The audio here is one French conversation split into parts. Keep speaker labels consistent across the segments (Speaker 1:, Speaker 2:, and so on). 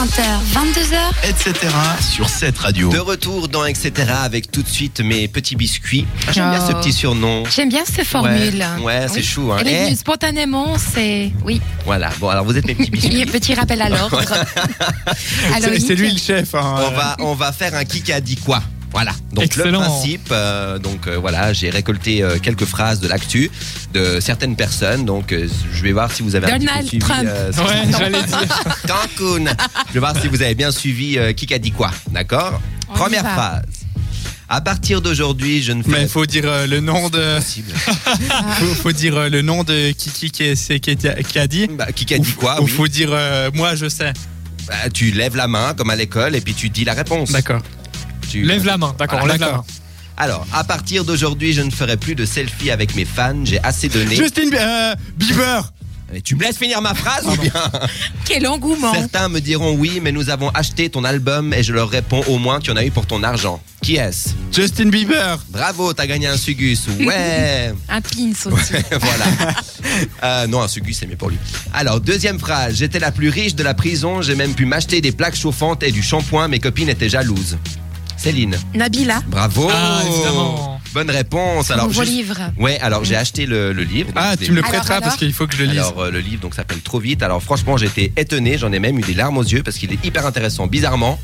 Speaker 1: 20h, 22h.
Speaker 2: etc. sur cette radio.
Speaker 3: De retour dans Etc. avec tout de suite mes petits biscuits. Ah, J'aime bien
Speaker 1: Oh.
Speaker 3: ce petit surnom.
Speaker 1: J'aime bien cette formule.
Speaker 3: Ouais, ouais, c'est
Speaker 1: Oui.
Speaker 3: chou. Hein.
Speaker 1: Elle
Speaker 3: Eh,
Speaker 1: est venue spontanément, c'est. Oui.
Speaker 3: voilà, bon alors vous êtes mes petits
Speaker 1: Il y a
Speaker 3: biscuits.
Speaker 1: petit rappel à l'ordre. Alors,
Speaker 4: C'est-
Speaker 1: Nick,
Speaker 4: C'est lui le chef. hein.
Speaker 3: on, va, on va faire un qui a dit quoi. Voilà, donc
Speaker 4: Excellent.
Speaker 3: le principe, euh, donc euh, voilà, j'ai récolté euh, quelques phrases de l'actu de certaines personnes, donc euh, je vais voir si vous avez un petit peu
Speaker 1: Donald
Speaker 3: suivi,
Speaker 1: Trump.
Speaker 3: euh, ce
Speaker 4: Ouais, j'allais dire.
Speaker 3: Cancun. Je vais voir si vous avez bien suivi euh, qui a dit quoi, d'accord
Speaker 1: On y
Speaker 3: Première
Speaker 1: va.
Speaker 3: phrase. À partir d'aujourd'hui, je ne fais
Speaker 4: Mais il faut dire euh, le nom de.
Speaker 3: possible.
Speaker 4: Faut, faut dire euh, le nom de Kiki qui, est- c'est- qui, est- qui a dit.
Speaker 3: Bah, qui a dit quoi
Speaker 4: Ou
Speaker 3: oui.
Speaker 4: faut dire euh, moi je sais.
Speaker 3: Bah, Tu lèves la main comme à l'école et puis tu dis la réponse.
Speaker 4: D'accord.
Speaker 3: Tu-
Speaker 4: Lève la main. Ah, D'accord.
Speaker 3: Voilà,
Speaker 4: on lève la main.
Speaker 3: d'accord. Alors, à partir d'aujourd'hui, je ne ferai plus de selfie avec mes fans. J'ai assez donné.
Speaker 4: Justin euh, Bieber.
Speaker 3: Mais tu me laisses finir ma phrase ou bien
Speaker 1: Quel engouement.
Speaker 3: Certains me diront oui, mais nous avons acheté ton album et je leur réponds au moins tu en as eu pour ton argent. Qui est-ce
Speaker 4: Justin Bieber.
Speaker 3: Bravo, t'as gagné un Sugus. Ouais.
Speaker 1: Un pins aussi.
Speaker 3: voilà. Euh, non, un Sugus, c'est mieux pour lui. Alors, deuxième phrase. J'étais la plus riche de la prison. J'ai même pu m'acheter des plaques chauffantes et du shampoing. Mes copines étaient jalouses. Céline.
Speaker 1: Nabila,
Speaker 3: Bravo.
Speaker 4: Ah, évidemment.
Speaker 3: Bonne réponse. Alors,
Speaker 1: mon beau
Speaker 3: juste-
Speaker 1: livre.
Speaker 3: Ouais, alors j'ai acheté le, le livre.
Speaker 4: Ah,
Speaker 3: Donc, je
Speaker 4: tu me
Speaker 3: l'ai
Speaker 4: le
Speaker 1: Alors,
Speaker 4: prêteras
Speaker 1: alors
Speaker 4: parce qu'il faut que je le lise.
Speaker 3: alors euh, le livre donc s'appelle Trop vite. Alors franchement j'étais étonné, j'en ai même eu des larmes aux yeux parce qu'il est hyper intéressant. Bizarrement,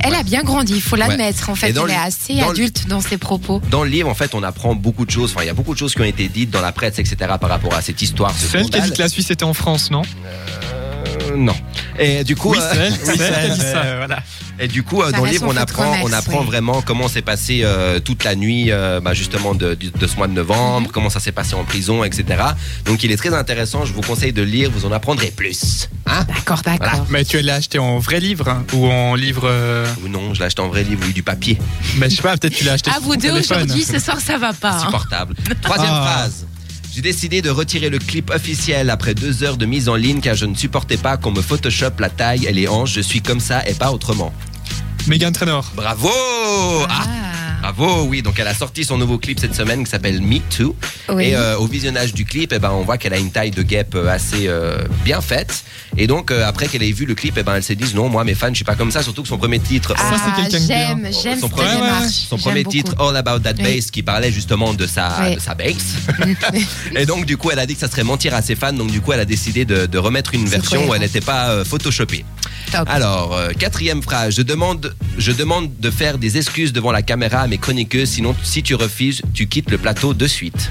Speaker 1: Elle a bien grandi, il faut l'admettre. En fait,
Speaker 3: Et dans
Speaker 1: elle est
Speaker 3: le-
Speaker 1: assez
Speaker 3: dans le-
Speaker 1: adulte dans ses propos.
Speaker 3: dans le livre en fait on apprend beaucoup de choses. Enfin il y a beaucoup de choses qui ont été dites dans la presse etc. Par rapport à cette histoire. Ce
Speaker 4: Celle qui a dit
Speaker 3: scandale.
Speaker 4: que la Suisse était en France, non
Speaker 3: Euh, non. Et du coup, euh,
Speaker 4: elle. C'est elle qui a dit ça.
Speaker 3: et du coup euh,
Speaker 1: Ça
Speaker 3: dans le
Speaker 1: reste
Speaker 3: livre
Speaker 1: son
Speaker 3: on
Speaker 1: faux
Speaker 3: apprend,
Speaker 1: commerce,
Speaker 3: on apprend
Speaker 1: oui.
Speaker 3: vraiment comment s'est passé euh, toute la nuit euh, bah, justement de, du- de ce mois de
Speaker 1: Mhm.
Speaker 3: novembre, comment ça s'est passé en prison etc. Donc il est très intéressant. Je vous conseille de le lire, vous en apprendrez plus. Hein
Speaker 1: D'accord, d'accord.
Speaker 4: Mais tu l'as acheté en vrai livre hein, ou en livre. euh,
Speaker 3: Ou non, je l'ai acheté en vrai livre ou du papier.
Speaker 4: Mais je sais pas, peut-être tu l'as acheté
Speaker 1: À
Speaker 4: sur
Speaker 1: vous
Speaker 4: ton
Speaker 1: deux
Speaker 4: téléphone.
Speaker 1: aujourd'hui, ce soir, ça va pas. hein.
Speaker 3: insupportable. Troisième
Speaker 4: Ah.
Speaker 3: phrase. J'ai décidé de retirer le clip officiel après deux heures de mise en ligne car je ne supportais pas qu'on me photoshop la taille et les hanches. Je suis comme ça et pas autrement.
Speaker 4: Megan Trainor.
Speaker 3: Bravo Ah,
Speaker 1: Ah.
Speaker 3: Bravo, oui. Donc elle a sorti son nouveau clip cette semaine qui s'appelle Me Too.
Speaker 1: Oui.
Speaker 3: Et euh, au visionnage du clip, eh ben, on voit qu'elle a une taille de guêpe euh, assez euh, bien faite. Et donc euh, après qu'elle ait vu le clip, eh ben, elle s'est dit non, moi mes fans, je suis pas comme ça. Surtout que son premier titre,
Speaker 4: Ça, c'est
Speaker 1: Ah,
Speaker 4: quelqu'un de bien.
Speaker 1: J'aime, j'aime
Speaker 3: Son
Speaker 1: cette
Speaker 3: premier-
Speaker 1: démarche.
Speaker 3: son
Speaker 1: J'aime
Speaker 3: premier
Speaker 1: beaucoup.
Speaker 3: titre All About That
Speaker 1: Oui.
Speaker 3: Bass qui parlait justement de sa,
Speaker 1: Oui.
Speaker 3: de sa bass. et donc du coup elle a dit que ça serait mentir à ses fans donc du coup elle a décidé de, de remettre une
Speaker 1: C'est
Speaker 3: version où
Speaker 1: cohérent.
Speaker 3: elle n'était pas euh, photoshopée.
Speaker 1: Top.
Speaker 3: Alors euh, quatrième phrase, je demande, je demande de faire des excuses devant la caméra à mes chroniqueuses sinon si tu refuses tu quittes le plateau de suite.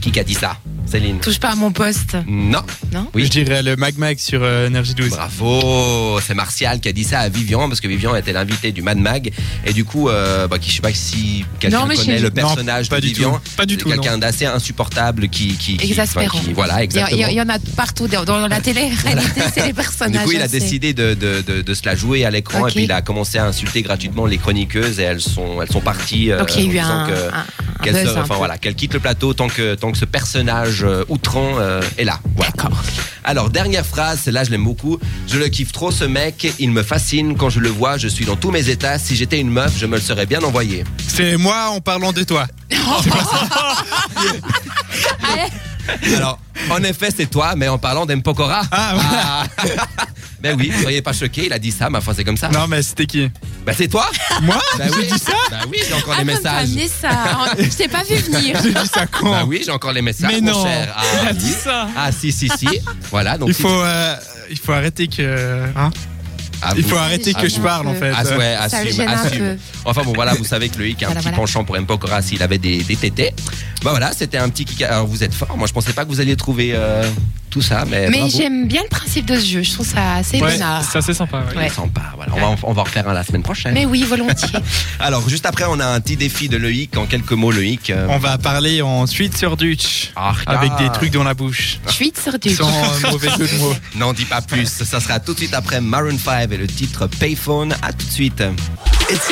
Speaker 3: Qui a dit ça Céline
Speaker 1: Touche pas à mon poste.
Speaker 3: Non.
Speaker 1: Non
Speaker 3: Oui.
Speaker 4: Je dirais le Mag Mag sur euh, Energy 12.
Speaker 3: Bravo, c'est Martial qui a dit ça à Vivian parce que Vivian était l'invité du Mad Mag et du coup, euh, bah, qui- je sais pas si quelqu'un
Speaker 1: Non, mais
Speaker 3: connaît
Speaker 1: je-
Speaker 3: le
Speaker 1: Non,
Speaker 3: personnage
Speaker 4: pas
Speaker 3: de
Speaker 4: du
Speaker 3: Vivian,
Speaker 4: tout. Pas du
Speaker 3: C'est
Speaker 4: tout,
Speaker 3: quelqu'un d'assez insupportable qui, qui, qui-
Speaker 1: Exaspérant.
Speaker 3: enfin, qui- voilà,
Speaker 1: Il y a- il
Speaker 3: exactement.
Speaker 1: y, a- il y en a partout dans, dans la télé. Réalité, c'est les personnages.
Speaker 3: du coup, il a
Speaker 1: je sais.
Speaker 3: décidé de, de, de, de se la jouer à l'écran
Speaker 1: Ok.
Speaker 3: et puis il a commencé à insulter gratuitement les chroniqueuses et elles sont, elles sont parties. euh,
Speaker 1: Donc il y a eu
Speaker 3: en disant
Speaker 1: un,
Speaker 3: que-
Speaker 1: un- un
Speaker 3: qu'elle
Speaker 1: buzz.
Speaker 3: se-
Speaker 1: un
Speaker 3: enfin
Speaker 1: peu.
Speaker 3: voilà, qu'elle quitte le plateau tant que tant que ce personnage euh, outrant euh, est là. Voilà. Alors dernière phrase, celle-là je l'aime beaucoup. Je le kiffe trop ce mec, il me fascine quand je le vois, je suis dans tous mes états. Si j'étais une meuf, je me le serais bien envoyé.
Speaker 4: C'est moi en parlant de toi.
Speaker 1: Ah,
Speaker 3: Alors en effet c'est toi, mais en parlant d'Empokora.
Speaker 4: Ah,
Speaker 3: ben oui, soyez pas choqués, il a dit ça, ma foi c'est comme ça.
Speaker 4: Non, mais c'était qui
Speaker 3: Ben c'est toi.
Speaker 4: Moi
Speaker 3: Ben oui, Ben oui, j'ai encore
Speaker 1: Ah,
Speaker 3: les
Speaker 1: comme t'as
Speaker 3: messages.
Speaker 1: amené ça. Oh, Je t'ai pas vu venir.
Speaker 4: J'ai dit ça quand
Speaker 3: Ben oui, j'ai encore les messages.
Speaker 4: Mais
Speaker 3: mon
Speaker 4: non.
Speaker 3: cher. Ah,
Speaker 4: Il a
Speaker 3: oui.
Speaker 4: dit ça.
Speaker 3: Ah si si si. Voilà donc
Speaker 4: Il
Speaker 3: si-
Speaker 4: faut, euh, il faut arrêter que. hein
Speaker 3: Ah,
Speaker 4: il
Speaker 3: vous-
Speaker 4: faut arrêter que je
Speaker 1: j'avoue
Speaker 4: parle en
Speaker 1: que-
Speaker 4: fait.
Speaker 3: Ah ouais,
Speaker 1: Ça le
Speaker 3: assume,
Speaker 1: gêne un
Speaker 3: assume.
Speaker 1: peu.
Speaker 3: Enfin bon, voilà, vous savez que Loïc a un
Speaker 1: Voilà,
Speaker 3: petit
Speaker 1: voilà.
Speaker 3: penchant pour Mpokora s'il avait des, des tétés. Bah voilà, c'était un petit kick. Alors vous êtes fort, moi je pensais pas que vous alliez trouver euh, tout ça, mais,
Speaker 1: Mais
Speaker 3: bravo.
Speaker 1: j'aime bien le principe de ce jeu. Je trouve ça assez
Speaker 4: Ouais,
Speaker 1: bizarre.
Speaker 4: c'est assez sympa. ouais.
Speaker 1: Ouais.
Speaker 3: Sympa, voilà. On, va, en- on va en refaire un la semaine prochaine.
Speaker 1: Mais oui, volontiers.
Speaker 3: Alors juste après, on a un petit défi de Loïc. En quelques mots, Loïc. euh,
Speaker 4: On va parler ensuite sur Dutch.
Speaker 3: ah,
Speaker 4: Avec
Speaker 3: ah.
Speaker 4: des trucs dans la bouche.
Speaker 1: Je suis sur du.
Speaker 4: Sans euh, mauvais jeu de mots.
Speaker 3: N'en dis pas plus. Ça sera tout de suite après Maroon 5 et le titre Payphone. À tout de suite. Etc.